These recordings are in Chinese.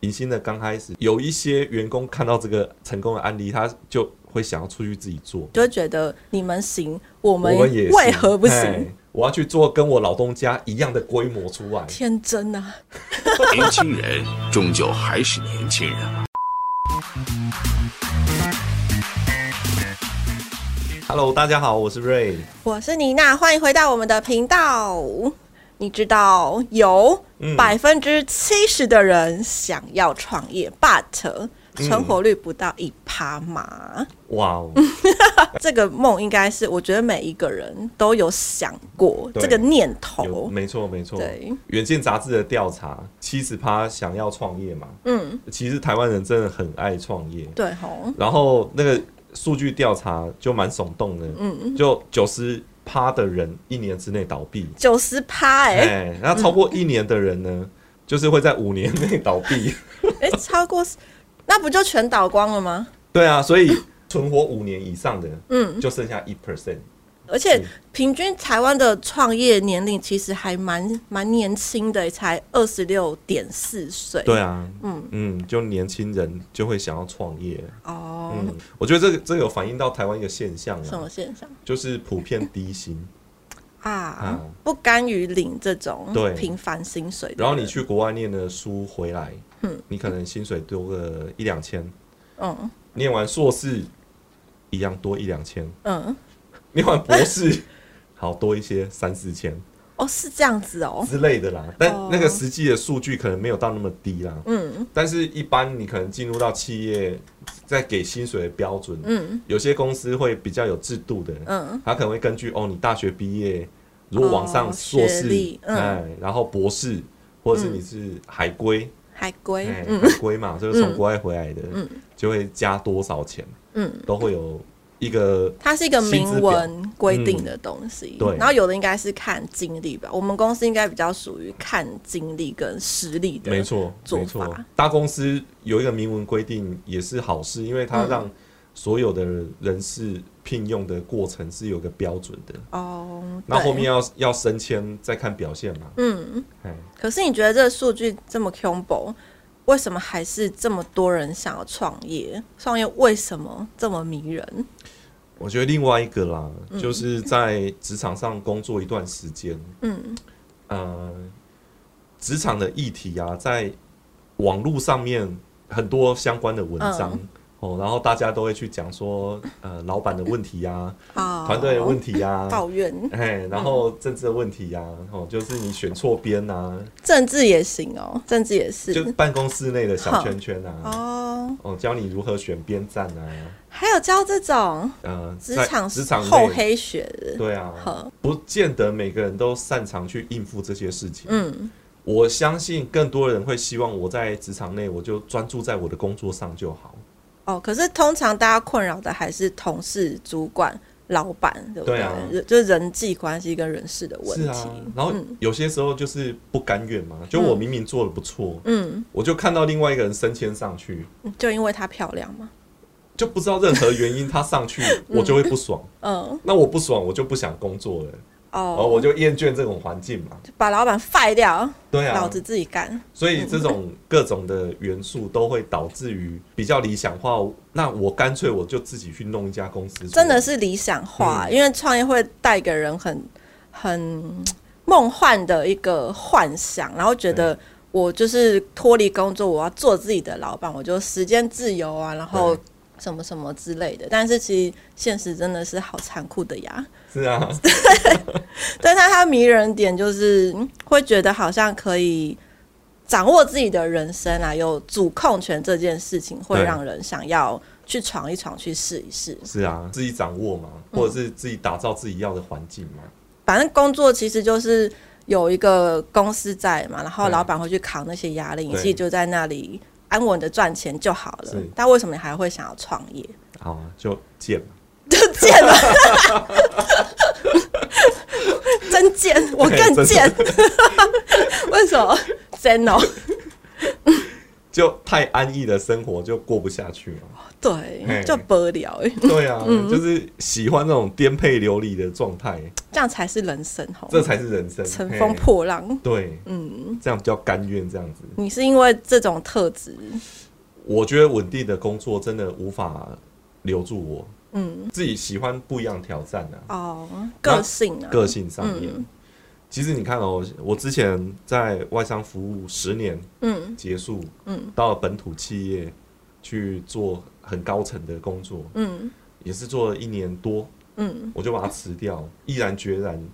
起薪的刚开始，有一些员工看到这个成功的案例，他就会想要出去自己做。就会觉得你们行，我我们们也是为何不？哎行？我要去做跟我老东家一样的规模出来。天真啊！年轻人终究还是年轻人嘛。 Hello，大家好，我是 Ray。我是妮娜，欢迎回到我们的频道。你知道有嗯百分之七十的人想要创业、b u 嗯 t 成活率不到一趴嘛？哇 哦，这个梦应该是我觉得每一个人都有想过对这个念有头。没错没错。哦对，远见杂志的调查，七十趴想要创业嘛？嗯，其实台湾人真的很爱创业。对吼，然后那个数据调查就蛮耸动的，嗯，就九十趴的人一年之内倒闭，九十趴哎。哎，那超过一年的人呢，就是会在五年内倒闭。 哎、超过十，那不就全倒光了吗？对啊，所以存活五年以上的，嗯，就剩下一 percent。而且是平均台湾的创业年龄其实还蛮蛮年轻的，才二十六点四岁。对啊，嗯嗯，就年轻人就会想要创业。哦，嗯，我觉得这个这个有反映到台湾一个现象什啊么，现象就是普遍低薪。 啊？啊不甘于领这种对平凡薪水的人，然后你去国外念的书回来，你可能薪水多个一两千，嗯念完硕士一样多一两千，嗯， 念完博士 好多一些三四千哦，是这样子哦，之类的啦。但哦那个实际的数据可能没有到那么低啦。嗯但是，一般你可能进入到企业，在给薪水的标准，嗯有些公司会比较有制度的，嗯他可能会根据哦，你大学毕业，如果往上哦硕学士历，嗯哎，然后博士，或者是你是海归，海龟，哎嗯海归嘛，就是从国外回来的，就会加多少钱，嗯。都会有一个它是一个薪资明表嗯文规定的东西，对然后有的应该是看经历吧，我们公司应该比较属于看经历跟实力的，没错，做没错法。大公司有一个明文规定也是好事，因为它让嗯所有的人事聘用的过程是有个标准的。哦，那对后面要要升迁再看表现嘛。嗯，哎，可是你觉得这个数据这么恐怖，为什么还是这么多人想要创业？创业为什么这么迷人？我觉得另外一个啦，就是在职场上工作一段时间，嗯呃，职场的议题啊，在网络上面很多相关的文章。嗯哦，然后大家都会去讲说，呃，老板的问题呀、啊，团队的问题呀、抱怨，哎，然后政治的问题呀、哦，就是你选错边呐、政治也行哦，政治也就是办公室内的小圈圈啊，哦，哦，教你如何选边站啊，还有教这种呃，职在场职场厚内，黑学的，对啊，呵，不见得每个人都擅长去应付这些事情。嗯我相信更多人会希望我在职场内，我就专注在我的工作上就好。哦，可是通常大家困扰的还是同事、主管。老板对不对啊人就是人际关系跟人事的问是题。嗯啊，然后有些时候就是不甘愿嘛，就我明明做的不错，嗯，我就看到另外一个人升迁上去，就因为她漂亮嘛。就不知道任何原因他上 去，我就会不爽。嗯，那我不爽，我就不想工作了，哦，哦，我就厌倦这种环境嘛。把老板废掉，对老啊子，自己干。所以这嗯种各种的元素都会导致于比较理想化。那我干脆我就自己去弄一家公司出来，真的是理想化，嗯因为创业会带给人很很梦幻的一个幻想，然后觉得我就是脱离工作，我要做自己的老板，我就时间自由啊，然后对什么什么之类的。但是其实现实真的是好残酷的呀。是啊， 但它它迷人点就是嗯会觉得好像可以掌握自己的人生啊，有主控权这件事情会对让人想要去闯一闯，去试一试。是啊，自己掌握嘛，嗯或者是自己打造自己要的环境嘛。反正工作其实就是有一个公司在嘛，然后对老板会去扛那些压力，你对自己就在那里安稳的赚钱就好了是。但为什么你还会想要创业？ 好啊，就见嘛。就贱了， 真贱，我更贱。为什么？真哦，就太安逸的生活就过不下去嘛。对，嘿就无聊欸。对啊，就是喜欢那种颠沛流离的状态。这样才是人生吼，这才是人生。乘风嘿破浪。对，嗯，这样比较甘愿这样子。你是因为这种特质，我觉得稳定的工作真的无法留住我，嗯，自己喜欢不一样挑战啊。哦，个性啊，个性上面。嗯其实你看哦，我之前在外商服务十年嗯结束，嗯，到了本土企业去做很高层的工作，嗯也是做了一年多，嗯我就把它辞掉，毅然决然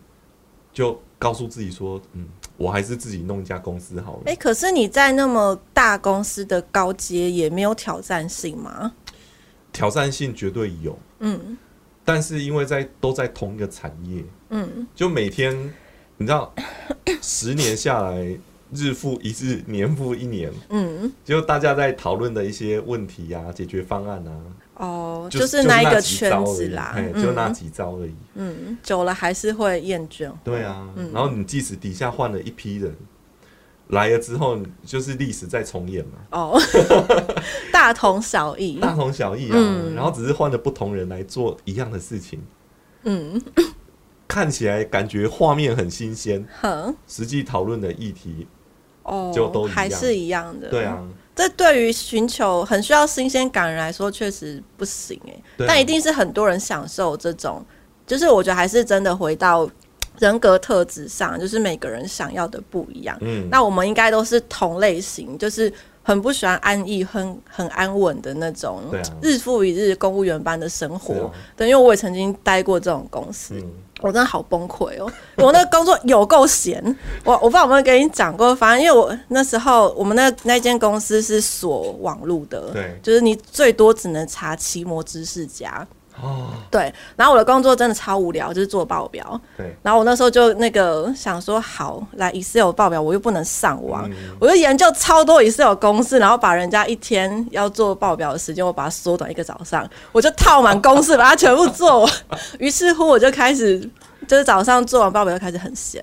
就告诉自己说，嗯，我还是自己弄一家公司好了。哎、可是你在那么大公司的高阶也没有挑战性吗？挑战性绝对有，嗯但是因为在都在同一个产业，嗯，就每天你知道，十年下来，日复一日，年复一年。嗯，就大家在讨论的一些问题呀、解决方案啊，哦，就就是那一个圈子啦，就那几招而已嘿就那几招而已。嗯嗯，久了还是会厌倦。对啊，嗯然后你即使底下换了一批人，来了之后就是历史在重演嘛， 哦，大同小异。大同小异啊。嗯然后只是换了不同人来做一样的事情，嗯，看起来感觉画面很新鲜，哼，实际讨论的议题，哦，就都一样还是一样的。对，啊，这对于寻求很需要新鲜感的人来说，确实不行哎、对啊但一定是很多人享受这种，就是我觉得还是真的回到人格特质上，就是每个人想要的不一样。嗯，那我们应该都是同类型，就是很不喜欢安逸、很很安稳的那种对啊，日复一日公务员般的生是活啊。对，因为我也曾经待过这种公司，嗯，我真的好崩溃哦！ 我那个工作有够闲，我我不知道有没有跟你讲过，反正因为我那时候我们那那间公司是锁网路的，对就是你最多只能查奇摩知识家，哦，对。然后我的工作真的超无聊，就是做报表。对，然后我那时候就那个想说，好来 Excel 报表，我又不能上网，嗯我就研究超多 Excel 公式，然后把人家一天要做报表的时间，我把它缩短一个早上，我就套满公式把它全部做完。于是乎，我就开始就是早上做完报表就开始很闲。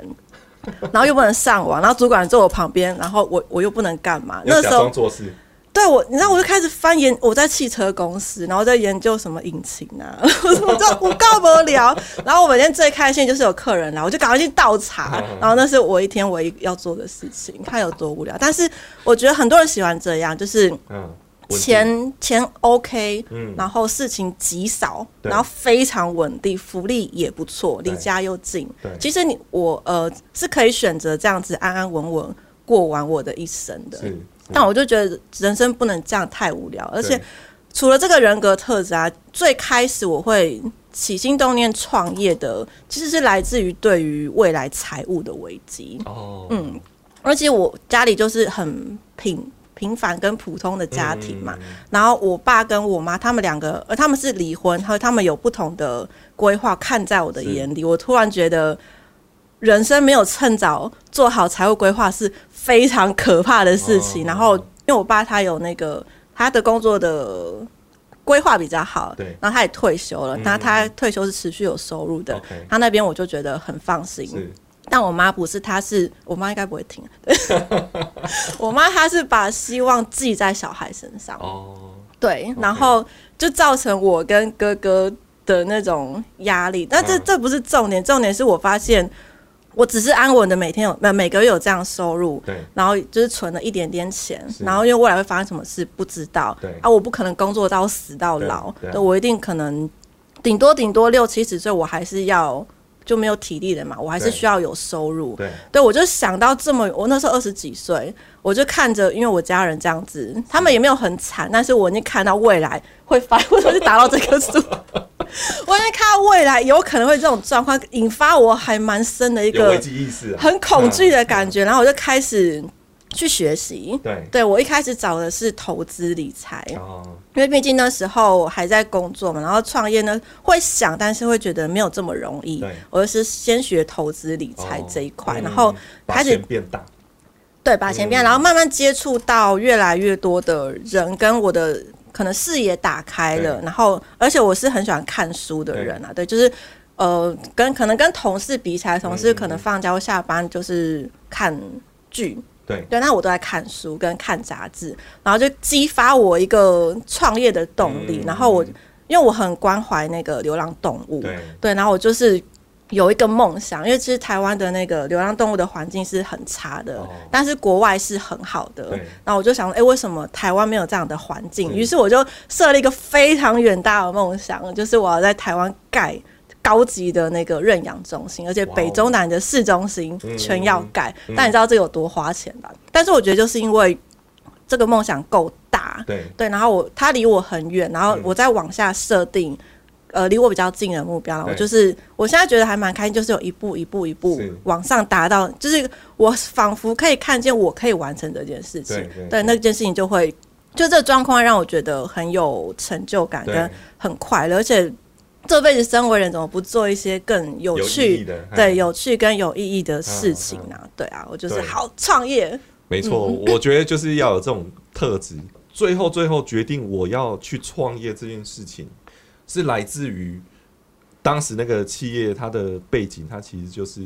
然后又不能上网，然后主管坐我旁边，然后我我又不能干嘛？要那假时候装做事，对我，你知道，我就开始翻研，我在汽车公司，然后在研究什么引擎啊， 我说我这我告不了。然后我每天最开心就是有客人来，我就赶快去倒茶，嗯然后那是我一天唯一要做的事情，看有多无聊。但是我觉得很多人喜欢这样，就是嗯，稳定钱钱 OK，嗯然后事情极少，对然后非常稳定，福利也不错，对离家又近对。其实你我呃是可以选择这样子安安稳稳过完我的一生的。是，但我就觉得人生不能这样太无聊，而而且除了这个人格特质啊，最开始我会起心动念创业的，其实是来自于对于未来财务的危机。哦，嗯，而且我家里就是很平平凡跟普通的家庭嘛，嗯然后我爸跟我妈他们两个，呃，他们是离婚，还有他们有不同的规划，看在我的眼里，我突然觉得人生没有趁早做好财务规划是非常可怕的事情。哦然后因为我爸他有那个他的工作的规划比较好，对然后他也退休了，嗯那、他退休是持续有收入的 OK 他那边我就觉得很放心。是，但我妈不是，她是我妈应该不会听，对 我妈她是把希望寄在小孩身上，哦，对，然后就造成我跟哥哥的那种压力。但这嗯这不是重点，重点是我发现我只是安稳的每天有每每个月有这样收入。对，然后就是存了一点点钱，是然后因为未来会发生什么事不知道，对啊，我不可能工作到死到老，对对我一定可能顶多顶多六七十岁，我还是要就没有体力了嘛，我还是对需要有收入，对，对，我就想到这么，我那时候二十几岁，我就看着，因为我家人这样子，他们也没有很惨，但是我已经看到未来会发， 我就是达到这棵树， 我已经看到未来有可能会这种状况，引发我还蛮深的一有个危机意识啊，很恐惧的感觉，然后我就开始去学习。对，对我一开始找的是投资理财，哦，因为毕竟那时候还在工作嘛，然后创业呢会想，但是会觉得没有这么容易对。我就是先学投资理财哦这一块，嗯然后把开始钱变大，对，把钱变，嗯然后慢慢接触到越来越多的人，跟我的可能视野打开了，对然后而且我是很喜欢看书的人啊，对，就是呃，跟可能跟同事比起来，同事嗯可能放假或下班就是看剧，对，对，那我都在看书跟看杂志，然后就激发我一个创业的动力，嗯然后我因为我很关怀那个流浪动物，对，对，然后我就是有一个梦想，因为其实台湾的那个流浪动物的环境是很差的，哦但是国外是很好的对。然后我就想，哎、为什么台湾没有这样的环境？嗯于是我就设了一个非常远大的梦想，就是我要在台湾盖高级的那个认养中心，而且哇哦北中南的市中心嗯全要盖。嗯但你知道这有多花钱吧？但是我觉得就是因为这个梦想够大，对，对，然后我它离我很远，然后嗯我再往下设定，呃，离我比较近的目标了。我对就是我现在觉得还蛮开心，就是有一步一步一步是往上达到，就是我仿佛可以看见我可以完成这件事情，对对对那件事情就会，就这个状况让我觉得很有成就感对跟很快乐，而且这辈子身为人怎么不做一些更有有趣意义的对嗯有趣跟有意义的事情嗯啊？对啊，我就是对好创业，没错， 我觉得就是要有这种特质。最后，最后决定我要去创业这件事情，是来自于当时那个企业它的背景，它其实就是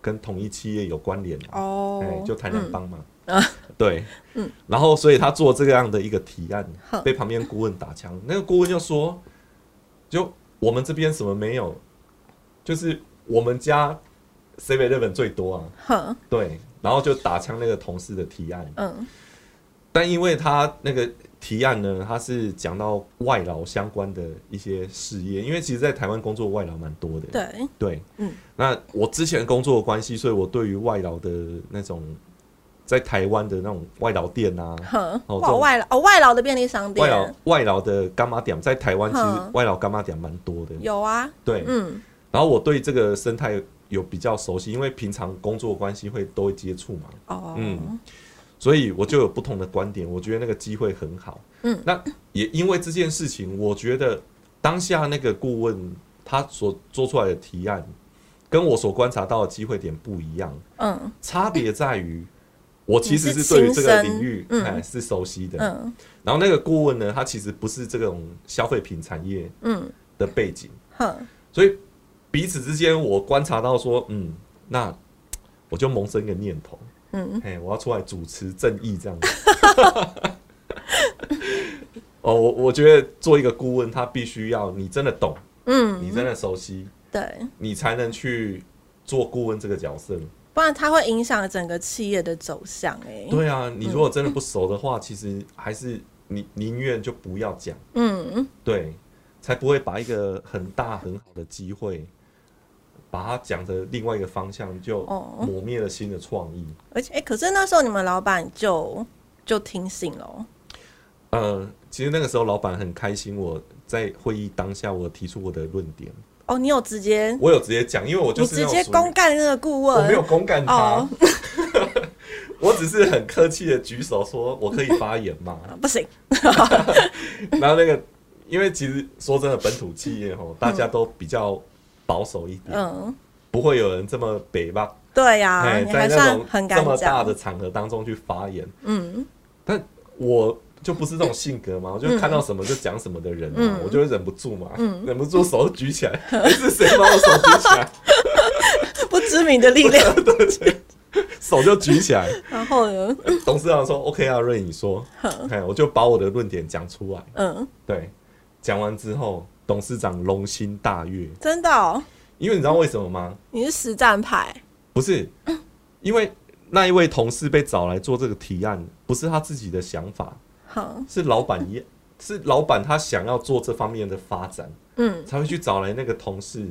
跟同一企业有关联嘛哦哎，就台南帮嘛，啊对，嗯，然后所以他做这样的一个提案，被旁边顾问打枪，那个顾问就说，就我们这边什么没有，就是我们家 Seven Eleven 最多啊，哼，对，然后就打枪那个同事的提案，嗯，但因为他那个提案呢，他是讲到外劳相关的一些事业，因为其实，在台湾工作外劳蛮多的，对，对，嗯，那我之前工作的关系，所以我对于外劳的那种在台湾的那种外劳店啊，哼，哦这哇，种外劳哦，外劳的便利商外劳店外劳的干妈点，在台湾其实嗯外劳干妈点蛮多的，有啊，对，嗯，然后我对这个生态有比较熟悉，因为平常工作关系会都会接触嘛，哦，嗯所以我就有不同的观点，我觉得那个机会很好。嗯，那也因为这件事情，我觉得当下那个顾问他所做出来的提案，跟我所观察到的机会点不一样，嗯差别在于。我其实你是是对于这个亲身领域，嗯哎，是熟悉的。嗯然后那个顾问呢，他其实不是这种消费品产业嗯，的背景，哼，所以彼此之间我观察到说，嗯，那我就萌生一个念头，嗯，哎，我要出来主持正义这样子。 哦，我我觉得做一个顾问，他必须要你真的懂，嗯，你真的熟悉，对，你才能去做顾问这个角色。不然它会影响整个企业的走向，哎，对啊，你如果真的不熟的话，其实还是你宁愿就不要讲，嗯，对，才不会把一个很大很好的机会，把它讲的另外一个方向，就哦磨灭了新的创意。而且哎，可是那时候你们老板就就听信了，哦呃，其实那个时候老板很开心，我在会议当下我提出我的论点，哦，你有直接我有直接讲，因为我就你是那直种接属于公干那个顾我没有问，公干他，哦 我只是很客气的举手说我可以发言嘛。啊不行， 然后那个，因为其实说真的，本土企业吼，大家都比较保守一点，嗯，不会有人这么北吧？对呀，哎、你在还那算种很这敢么大讲的，场合当中去发言，嗯，但我就不是这种性格嘛，我就看到什么就讲什么的人嘛，嗯我就会忍不住嘛，忍不住手举起来， 诶是谁把我手举起 来？不知名的力量，手就举起来。然后呢，董事长说：“OK 啊，瑞，你说。”哎，我就把我的论点讲出来。嗯，对，讲完之后，董事长龙心大悦，真的哦，因为你知道为什么吗？你是实战派。不是，因为那一位同事被找来做这个提案，不是他自己的想法，好，是老板也是老板他想要做这方面的发展，嗯，才会去找来那个同事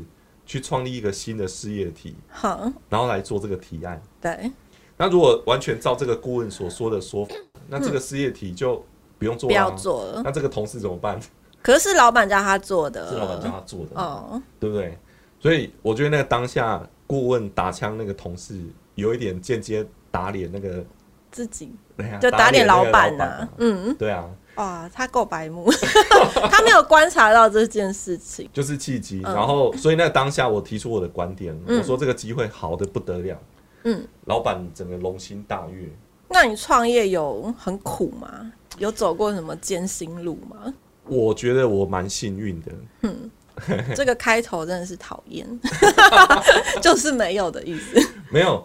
去创立一个新的事业体，好，然后来做这个提案。对，那如果完全照这个顾问所说的说法，那这个事业体就不用做不了、要做嗯了。那这个同事怎么办？是可是是老板叫他做的，老板叫他做的，嗯哦，对不对？所以我觉得那个当下顾问打枪那个同事，有一点间接打脸那个，自己哎呀就打脸那个老板呐、啊。嗯，对啊，哇，他够白目， 他没有观察到这件事情。就是契机。嗯然后，所以那当下我提出我的观点，嗯我说这个机会好的不得了。嗯，老板整个龙心大悦。那你创业有很苦吗？有走过什么艰辛路 吗？我觉得我蛮幸运的，这个开头真的是讨 厌，就是没有的意思。没有，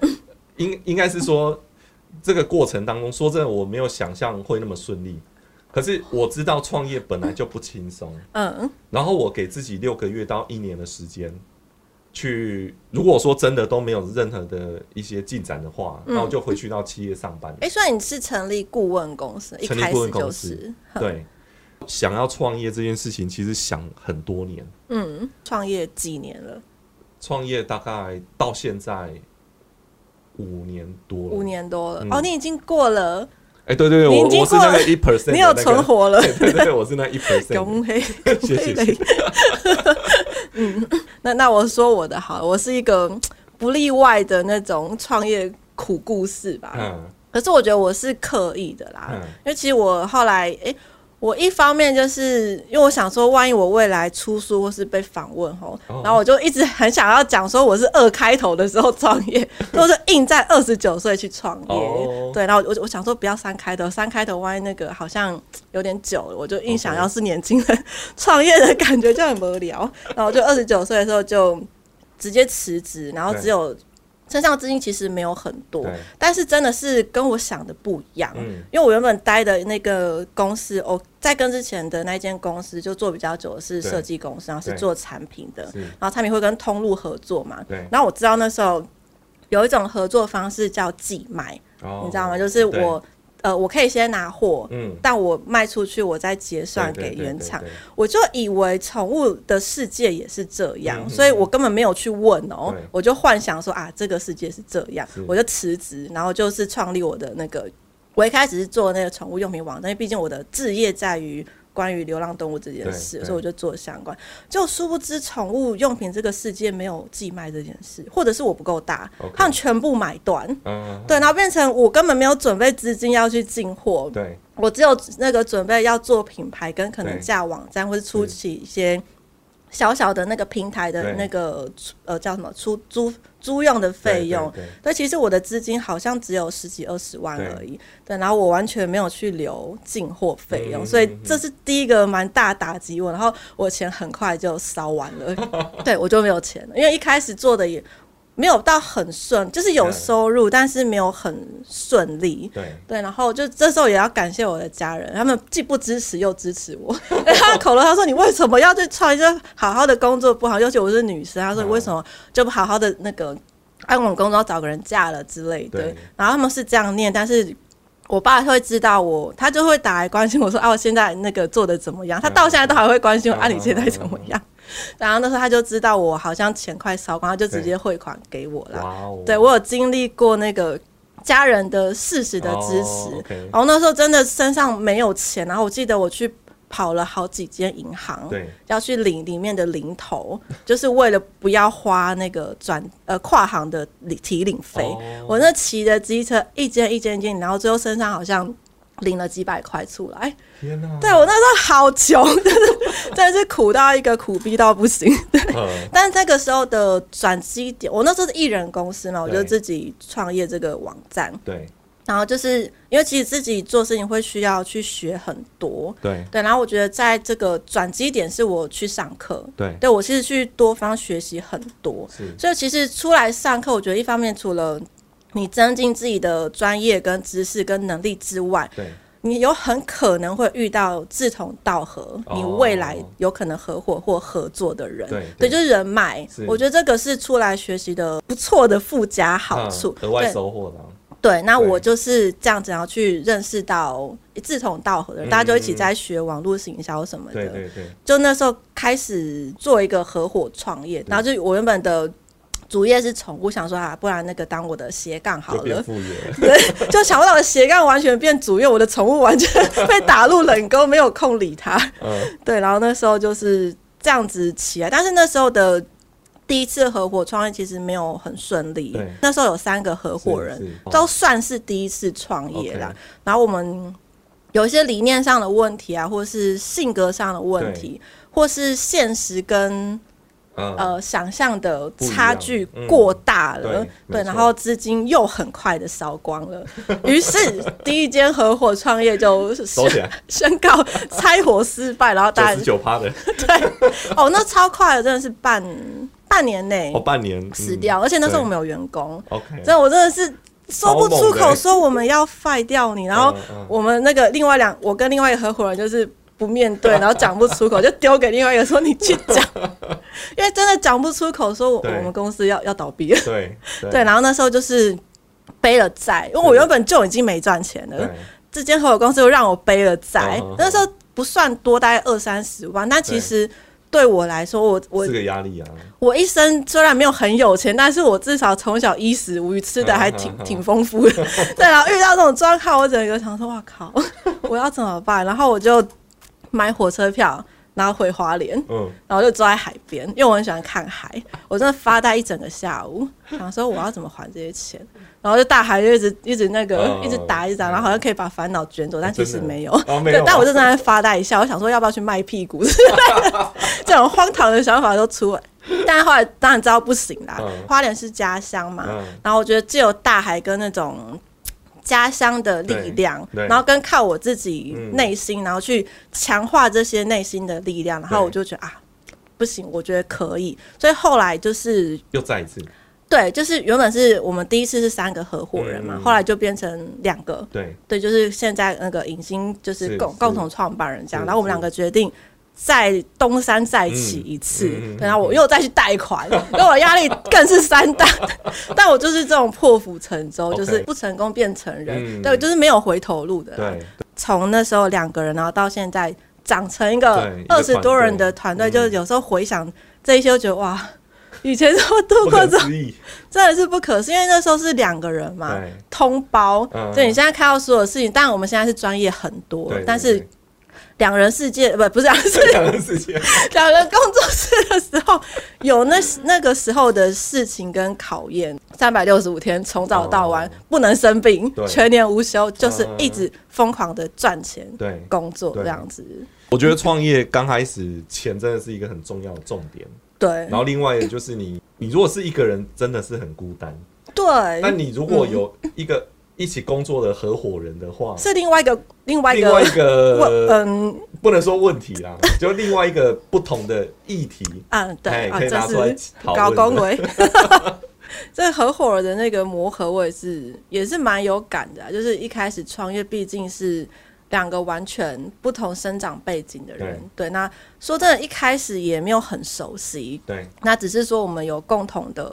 应应该是说这个过程当中，说真的，我没有想象会那么顺利。可是我知道创业本来就不轻松，嗯，然后我给自己六个月到一年的时间，去，如果说真的都没有任何的一些进展的话，嗯那我就回去到企业上班。哎，所以你是成立顾问公司，一成立开顾始问就公是司，对，想要创业这件事情，其实想很多年，嗯，创业几年了？创业大概到现在五年多了。五，年多了。嗯哦，你已经过了，哎，对对对，你已我经我是过那个了一 percent，你有存活 了。对对对，我是那一 percent。恭黑，谢谢恭黑嗯，那那我说我的好了，我是一个嗯不例外的那种创业苦故事吧。嗯可是我觉得我是刻意的啦，嗯因为其实我后来，诶，我一方面就是因为我想说，万一我未来出书或是被访问吼，哦然后我就一直很想要讲说我是二开头的时候创 业，所以我就硬在二十九岁去创业。哦对，然后我我想说不要三开头，三开头万一那个好像有点久了，我就硬想 OK 要是年轻人创业的感觉就很 无聊。然后我就二十九岁的时候就直接辞职，然后对只有身上资金其实没有很多对，但是真的是跟我想的不一样。嗯因为我原本待的那个公司，我在跟之前的那间公司就做比较久的是对设计公司，然后是对做产品的是，然后产品会跟通路合作嘛对。然后我知道那时候有一种合作方式叫寄卖，哦你知道吗？就是对我呃，我可以先拿货，嗯但我卖出去，我再结算对给对对原对厂对。我就以为宠物的世界也是这样，嗯嗯所以我根本没有去问哦、对我就幻想说啊，这个世界是这样是，我就辞职，然后就是创立我的那个。我一开始是做那个宠物用品网站，因为毕竟我的置业在于关于流浪动物这件对事，对所以我就做相关。就殊不知宠物用品这个世界没有寄卖这件事，或者是我不够大 OK 他们全部买断。嗯对，然后变成我根本没有准备资金要去进货，对我只有那个准备要做品牌，跟可能对架网站或是出起一些小小的那个平台的对那个呃叫什么出租租用的费用。对对对但其实我的资金好像只有十几二十万对而已，对，然后我完全没有去留进货费用，嗯所以嗯嗯这是第一个蛮大打击我，然后我钱很快就烧完 了，对我就没有钱了，因为一开始做的也没有到很顺，就是有嗯收入，但是没有很顺利，对对，然后就这时候也要感谢我的家人，他们既不支持又支持 我。然后口头他说：“你为什么要去创业？就好好的工作不好，尤其我是女生，他说嗯你为什么就不好好的那个安稳工作，找个人嫁了之类的对。”然后他们是这样念，但是。我爸会知道我，他就会打来关心我说：“啊，我现在那个做的怎么样？”他到现在都还会关心我，嗯啊，你现在怎么样？然后那时候他就知道我好像钱快烧光，他就直接汇款给我了。哇哦对我有经历过那个家人的适时的支持，哦，OK 然后那时候真的身上没有钱，然后我记得我去跑了好几间银行，对要去领里面的零头，就是为了不要花那个转呃跨行的领提领费。哦我那骑着机车一间一间一间，然后最后身上好像领了几百块出来，天哪对我那时候好穷，就是真的是苦到一个苦逼到不行。对，嗯但那个时候的转机点，我那时候是艺人公司嘛，我就对自己创业这个网站，对然后就是因为其实自己做事情会需要去学很多。对对，然后我觉得在这个转机点是我去上课，对对我其实去多方学习很多，是所以其实出来上课，我觉得一方面除了你增进自己的专业跟知识跟能力之外，对你有很可能会遇到志同道合，哦你未来有可能合伙或合作的人，对对对，就是人脉是。我觉得这个是出来学习的不错的附加好处，嗯额外对收获的啊对。那对我就是这样子，然后去认识到呃志同道合的人，嗯大家就一起在学网络行销什么的。对对对就那时候开始做一个合伙创业，然后就我原本的。主业是宠物，想说啊，不然那个当我的斜杠好就了变，富裕了对， 就想不到我的斜杠完全变主业，我的宠物完全被打入冷宫，没有空理它。 嗯对，然后那时候就是这样子起来，但是那时候的第一次合伙创业其实没有很顺利对，那时候有三个合伙人是是哦，都算是第一次创业啦 OK。然后我们有一些理念上的问题啊，或是性格上的问题，或是现实跟嗯呃想象的不一样差距嗯过大了，对没对，错然后资金又很快的烧光了， 于是第一间合伙创业就收起来宣告拆伙失败，然后九大家十九趴的对，哦，那超快的，真的是半半年内哦半年嗯死掉，而且那时候对我们有员工， OK 所以我真的是说不出超猛口，的说我们要废掉你，然后嗯嗯我们那个另外两，我 跟另外一个合伙人就是不面对，然后讲不出口，就丢给另外一个说你去讲。因为真的讲不出口，说我对我们公司要要倒闭了。对嗯对，然后那时候就是背了债，因为我原本就已经没赚钱了，对这间合伙公司又让我背了债嗯嗯嗯，那时候不算多，大概二三十万，但其实对我来说，我我是个压力啊，我一生虽然没有很有钱，但是我至少从小衣食无余，吃的还挺挺丰富的。对，然后遇到这种状况，我整个想说，哇靠，我要怎么办？然后我就买火车票，然后回花莲，嗯，然后就坐在海边，因为我很喜欢看海，我真的发呆一整个下午，想说我要怎么还这些钱。然后就大海就一直一直那个、哦一直打一直打，然后好像可以把烦恼卷走，但其实真的没有。 哦没有对啊，但我就在那边发呆一下，我想说要不要去卖屁股之类的， 这种荒唐的想法都出来。但后来当然知道不行啦，嗯花莲是家乡嘛，嗯然后我觉得只有大海跟那种。家乡的力量，对对然后跟靠我自己嗯内心，然后去强化这些内心的力量，然后对我就觉得啊，不行，我觉得可以，所以后来就是又再一次，对，就是原本是我们第一次是三个合伙人嘛，嗯后来就变成两个，对对，就是现在那个影星就是是共是共同创办人这样，是然后我们是两个决定。在东山再起一次，嗯嗯嗯对然后我又再去贷款， 给我的压力更是山大。 但我就是这种破釜沉舟， OK 就是不成功便成人，嗯对，就是没有回头路的啦。对，从那时候两个人，然后到现在长成一个对一个二十多人的团团嗯队，队就是有时候回想这一些，就觉得哇，嗯以前怎么度不过可这思议，真的是不可思议，因为那时候是两个人嘛对，通包。嗯对你现在看到所有事情，当然我们现在是专业很多对，，但 是两人世界不不是两人 世这两个事情，两人工作室的时候，有那那个时候的事情跟考验，三百六十五天从早到晚、哦不能生病，对嗯全年无休，就是一直疯狂的赚钱、对工作对这样子。我觉得创业刚开始钱真的是一个很重要的重点，对然后另外就是你，你如果是一个人，真的是很孤单，那对，你如果有一个一起工作的合伙人的话，是另外一个嗯另外一另外个一问个嗯不能说问题啦，就另外一个不同的议题，啊对哎啊，可以这拿出来是讨搞论 恭维。 这合伙的那个磨合，我也是也是蛮有感的啊、就是一开始创业，毕竟是两个完全不同生长背景的人，对。那说真的，一开始也没有很熟悉，对那只是说我们有共同的，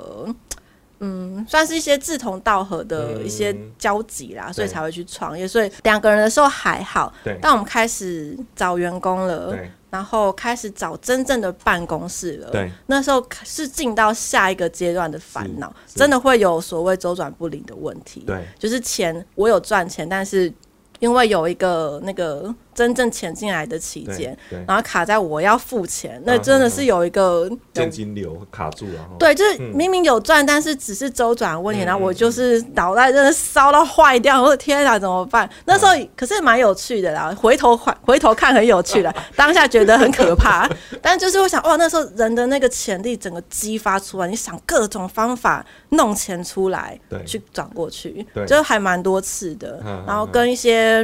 嗯，算是一些志同道合的嗯一些交集啦，所以对才会去创业。所以两个人的时候还好，对但我们开始找员工了，对然后开始找真正的办公室了，对，那时候是进到下一个阶段的烦恼，是是真的会有所谓周转不灵的问题。对，就是钱我有赚钱，但是因为有一个那个真正钱进来的期间，对对然后卡在我要付钱，那嗯真的是有一个。有现金流卡住了哈，对，就是明明有赚，但是只是周转的问嗯题，然后我就是脑袋真的烧到坏掉，我 的天啊，怎么办？那时候嗯可是蛮有趣的啦，回头看 回头看很有趣 的，当下觉得很可怕， 但就是我想，哇，哦那时候人的那个潜力整个激发出来，你想各种方法弄钱出来，对去转过去，对就是还蛮多次的嗯，然后跟一些。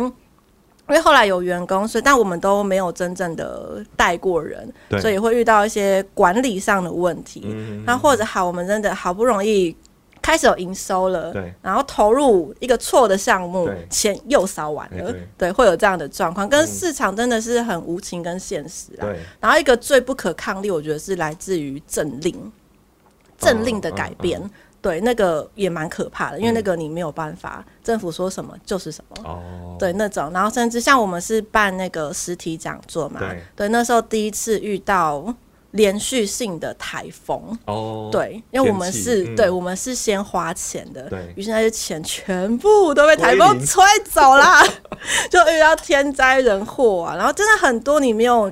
因为后来有员工，所以但我们都没有真正的带过人，对所以会遇到一些管理上的问题。嗯那或者好，我们真的好不容易开始有营收了，对，然后投入一个错的项目对，钱又烧完了，哎对会有这样的状况，跟嗯市场真的是很无情跟现实啊。对然后一个最不可抗力，我觉得是来自于政令，政令的改变。哦嗯嗯对，那个也蛮可怕的，因为嗯那个你没有办法，政府说什么就是什么。哦，对那种，然后甚至像我们是办那个实体讲座嘛，对那时候第一次遇到连续性的台风，哦，对，因为我们天气是、嗯对，我们是先花钱的，对于是那些钱全部都被台风归零吹走啦， 就遇到天灾人祸啊，然后真的很多你没有。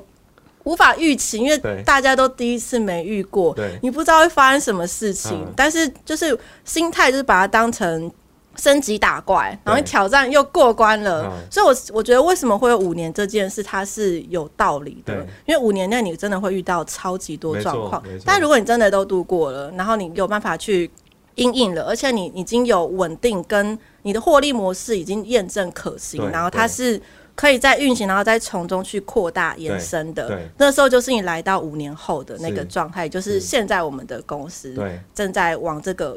无法预期，因为对大家都第一次没遇过对，你不知道会发生什么事情。嗯但是就是心态，就是把它当成升级打怪，然后对挑战又过关了。嗯所以我，我觉得为什么会有五年这件事，它是有道理的对，因为五年内你真的会遇到超级多没错状况没错。但如果你真的都度过了，然后你有办法去应应了，而且你已经有稳定跟你的获利模式已经验证可行，对然后它对是。可以在运行，然后再从中去扩大延对伸的对。那时候就是你来到五年后的那个是状态，就是是现在我们的公司对正在往这个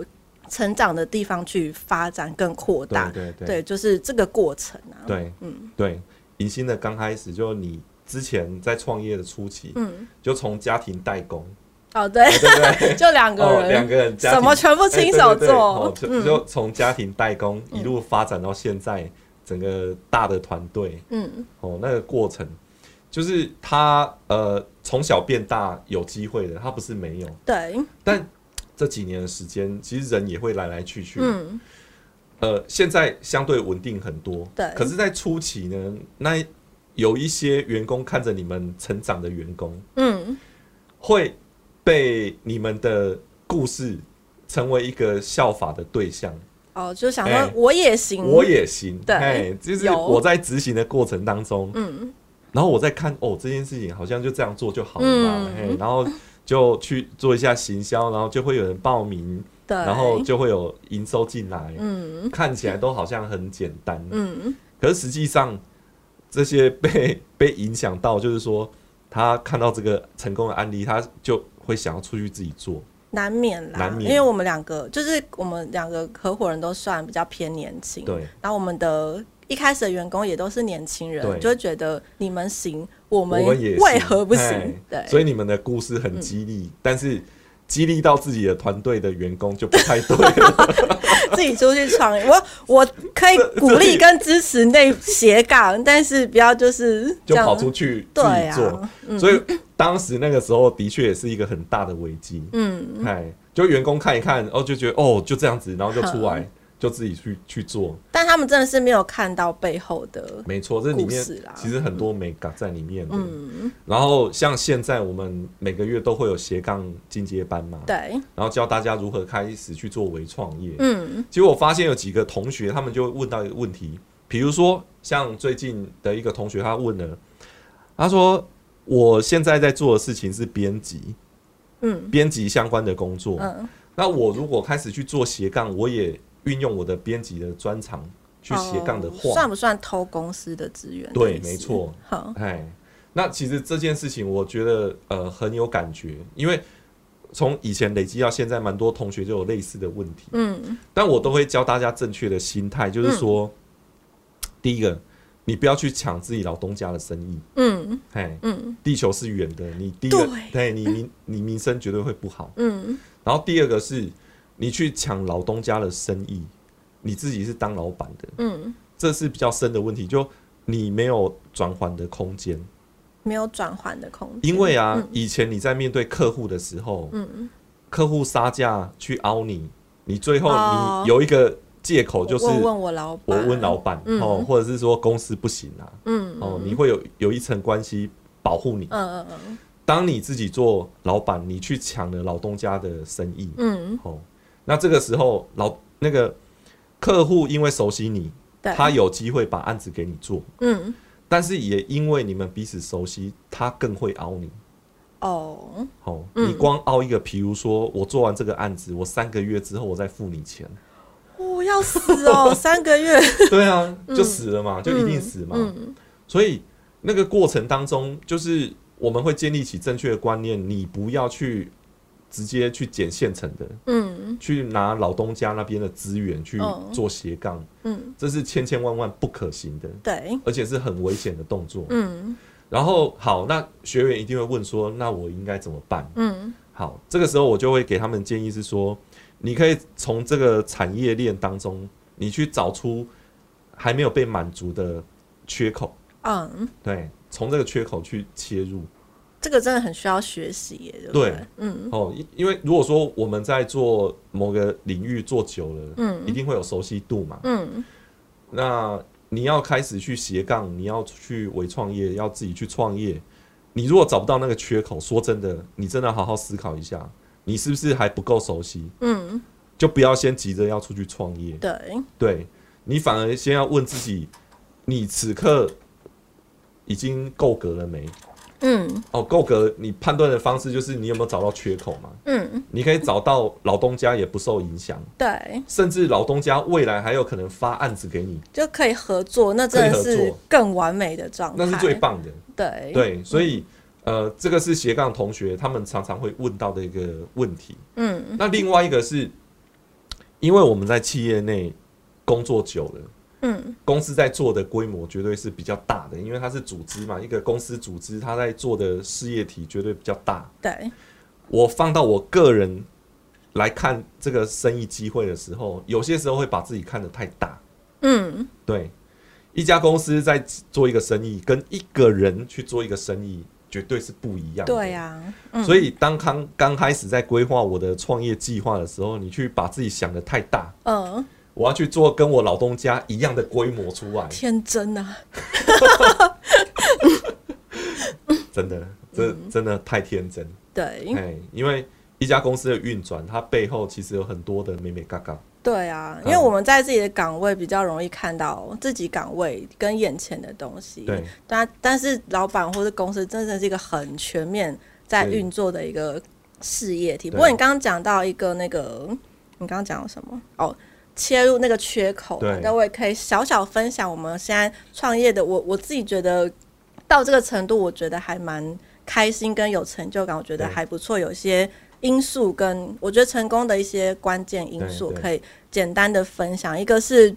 成长的地方去发展更扩大。对对对，就是这个过程啊。对，嗯，对，迎新的刚开始就你之前在创业的初期，嗯，就从家庭代工哦，对，对不对？ 就两个哦，人，两个人家哎什么全部哦亲手做，哦嗯就就从家庭代工一路发展到现在整个大的团队嗯哦，那个过程就是他呃从小变大有机会的，他不是没有，对，但这几年的时间，其实人也会来来去去，嗯呃，现在相对稳定很多，对可是，在初期呢，那有一些员工看着你们成长的员工，嗯，会被你们的故事成为一个效法的对象。哦，就想哎说我也行，我也行，对哎就是有我在执行的过程当中，嗯然后我在看哦，这件事情好像就这样做就好了嘛，嗯嘿然后就去做一下行销，然后就会有人报名，对，然后就会有营收进来，嗯看起来都好像很简单，嗯可是实际上这些 被被影响到，就是说他看到这个成功的案例，他就会想要出去自己做，难免啦，难免因为我们两个就是我们两个合伙人都算比较偏年轻，对，然后我们的。一开始的员工也都是年轻对人，就会觉得你们行，我我们也为何不哎行？对，所以你们的故事很激励，但是激励到自己的团队的员工就不太 对了。 自己出去创业，我我可以鼓励跟支持那 斜杠，但是不要就是就这样跑出去自对己啊做，所以当时那个时候的确也是一个很大的危机。嗯，哎，就员工看一看，哦，就觉得哦，就这样子，然后就出来，就自己去去做。但他们真的是没有看到背后的，没错，这里面故事啦嗯其实很多美感在里面的。然后像现在我们每个月都会有斜杠进阶班嘛，对，然后教大家如何开始去做微创业。嗯其实我发现有几个同学，他们就问到一个问题，比如说像最近的一个同学，他问了，他说：“我现在在做的事情是编辑，嗯编辑相关的工作。嗯，那我如果开始去做斜杠，我也运用我的编辑的专长去斜杠的哦话，算不算偷公司的资源？对这意思没错，好，哎，那其实这件事情，我觉得呃很有感觉，因为从以前累积到现在，蛮多同学就有类似的问题。嗯但我都会教大家正确的心态，就是说，第一个，你不要去抢自己老东家的生意，嗯嘿，嗯地球是圆的，你第一个，对对你名你名声绝对会不好。嗯，然后第二个是，你去抢老东家的生意，你自己是当老板的，嗯，这是比较深的问题，就你没有转换的空间。没有转换的空间，因为啊，以前你在面对客户的时候，嗯客户杀价去凹你，你最后哦你有一个借口就是我问问我老我板，问老板、嗯哦，或者是说公司不行啊，嗯，哦，你会有有一层关系保护你。嗯嗯嗯当你自己做老板，你去抢了老东家的生意，嗯，哦，那这个时候老那个客户因为熟悉你，对，他有机会把案子给你做，嗯但是也因为你们彼此熟悉，他更会凹你。哦，哦，你光凹一个，比如说我做完这个案子，我三个月之后我再付你 钱，我要死 哦，三个月，对啊，就死了嘛，就一定死嘛。嗯所以那个过程当中，就是我们会建立起正确的观念，你不要去直接去捡现成的，嗯去拿老东家那边的资源去嗯做斜杠，嗯，这是千千万万不可行的，对，而且是很危险的动作。嗯然后好，那学员一定会问说，那我应该怎么办？嗯好，这个时候我就会给他们建议是说，你可以从这个产业链当中，你去找出还没有被满足的缺口，嗯，对，从这个缺口去切入。这个真的很需要学习耶，对不对对？嗯哦，因因为如果说我们在做某个领域做久了，嗯一定会有熟悉度嘛。嗯那你要开始去斜杠，你要去微创业，要自己去创业。你如果找不到那个缺口，说真的，你真的好好思考一下，你是不是还不够熟悉？嗯，就不要先急着要出去创业，对，对你反而先要问自己，你此刻已经够格了没？嗯哦，够格，你判断的方式就是你有没有找到缺口嘛？嗯你可以找到老东家也不受影响，对，甚至老东家未来还有可能发案子给你，就可以合作，那真的可以合是作更完美的状态，那是最棒的。对，对，所以呃，这个是斜杠同学他们常常会问到的一个问题。嗯那另外一个是，因为我们在企业内工作久了。嗯公司在做的规模绝对是比较大的，因为它是组织嘛，一个公司组织它在做的事业体绝对比较大。对，我放到我个人来看这个生意机会的时候，有些时候会把自己看得太大。嗯，对，一家公司在做一个生意，跟一个人去做一个生意，绝对是不一样的。对呀、嗯所以当刚刚开始在规划我的创业计划的时候，你去把自己想的太大，嗯，我要去做跟我老东家一样的规模出 来，天真啊，真的，这真的太天真。对，哎，嗯因为一家公司的运转，它背后其实有很多的美美嘎嘎。对啊，嗯因为我们在自己的岗位比较容易看到自己岗位跟眼前的东西，对，但但是老板或者公司真的是一个很全面在对运作的一个事业体。对不过你刚刚讲到一个那个，你刚刚讲到什么？哦，切入那个缺口嘛对。那我也可以小小分享我们现在创业的，我我自己觉得到这个程度，我觉得还蛮开心跟有成就感，我觉得对还不错。有一些因素跟我觉得成功的一些关键因素，对对可以简单的分享。一个是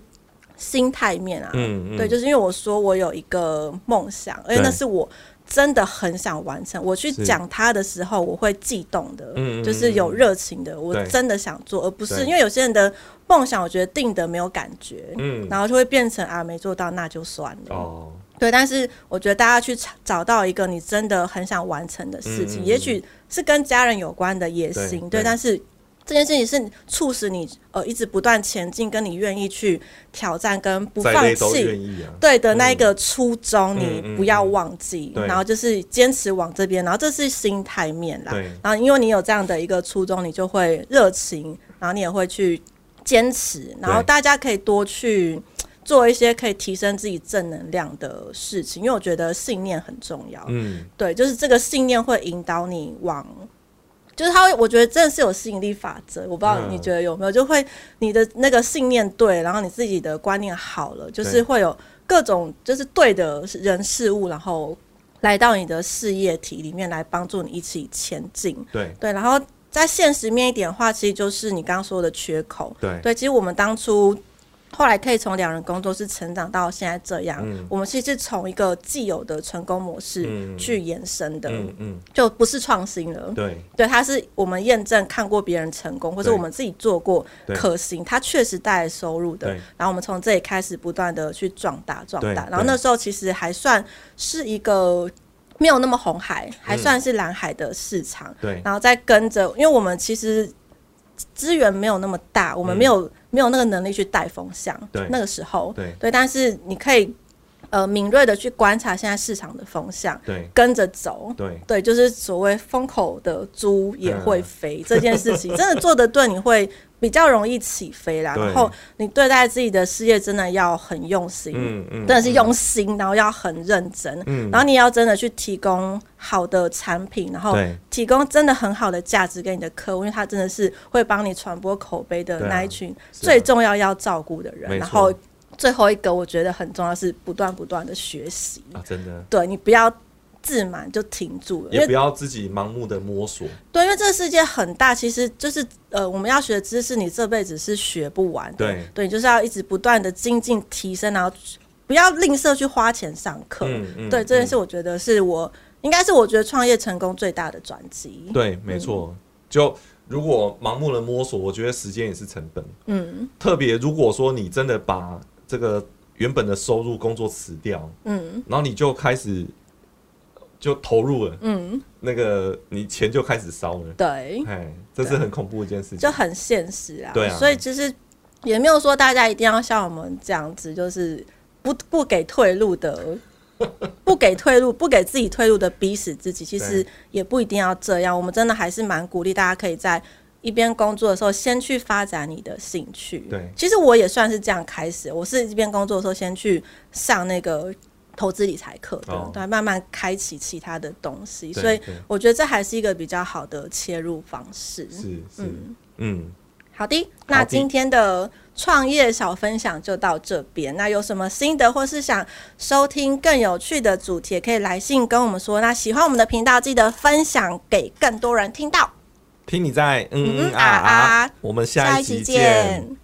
心态面啊，嗯嗯，对，就是因为我说我有一个梦想，而且那对是我真的很想完成。我去是讲它的时候，我会悸动的，嗯嗯就是有热情的，我对真的想做，而不是对因为有些人的梦想，我觉得定的没有感觉，嗯然后就会变成啊没做到那就算了。哦，对，但是我觉得大家去找找到一个你真的很想完成的事嗯情，嗯嗯也许是跟家人有关的也行，对对对，但是。这件事情是促使你呃一直不断前进，跟你愿意去挑战跟不再放累都弃，愿意啊。对的那一个初衷，你嗯不要忘记，对然后就是坚持往这边，然后这是心态面啦对。然后因为你有这样的一个初衷，你就会热情，然后你也会去坚持，然后对大家可以多去做一些可以提升自己正能量的事情，因为我觉得信念很重要。嗯，对，就是这个信念会引导你往，就是它会，我觉得真的是有吸引力法则。我不知道嗯你觉得有没有，就会你的那个信念对，然后你自己的观念好了，就是对会有各种就是对的人事物，然后来到你的事业体里面来帮助你一起前进。对对，然后在现实面一点的话，其实就是你刚刚说的缺口。对对，其实我们当初后来可以从两人工作室成长到现在这样，嗯我们其实是从一个既有的成功模式嗯去延伸的，嗯嗯，就不是创新了。对对，它是我们验证看过别人成功，或者对我们自己做过对可行，它确实带来收入的对。然后我们从这里开始不断的去壮大壮对大。然后对那时候其实还算是一个没有那么红海，还算是蓝海的市场。嗯对然后再跟着，因为我们其实资源没有那么大，我们嗯没有、没有那个能力去带风向。对那个时候，对但是你可以呃敏锐的去观察现在市场的风向，对跟着走。对对，就是所谓风口的猪也啊会飞、这件事情，真的做的对，你会比较容易起飞啦。对然后你对待自己的事业真的要很用心，嗯嗯，真的是用心，然后要很认真，嗯然后你也要真的去提供好的产品，然后对提供真的很好的价值给你的客户，因为他真的是会帮你传播口碑的对啊那一群是啊最重要要照顾的人。没错然后最后一个我觉得很重要是不断不断的学习，啊，真的对你不要自满就停住了，因也为不要自己盲目的摸索。对，因为这个世界很大，其实就是呃，我们要学的知识，你这辈子是学不完的。对对，你就是要一直不断的精进提升，然后不要吝啬去花钱上课。嗯嗯对，这件事我觉得是我、应该是我觉得创业成功最大的转机。 对，没错。就如果盲目的摸索，我觉得时间也是成本。嗯特别如果说你真的把这个原本的收入工作辞掉，嗯然后你就开始就投入了，嗯，那个你钱就开始烧了。对，哎，这是很恐怖的一件事情就。很现实啊。对啊所以其实也没有说大家一定要像我们这样子，就是不不给退路的。 不给退路，不给自己退路的逼死自己，其实对也不一定要这样。我们真的还是蛮鼓励大家可以在一边工作的时候，先去发展你的兴趣。对其实我也算是这样开始，我是一边工作的时候先去上那个投资理财课的，哦对，慢慢开启其他的东西。对所以对我觉得这还是一个比较好的切入方式。是是嗯，好的，那好的今天的创业小分享就到这边。那有什么心得或是想收听更有趣的主题，也可以来信跟我们说。那喜欢我们的频道，记得分享给更多人听到。听你在嗯嗯嗯啊啊啊啊，我们下一集见。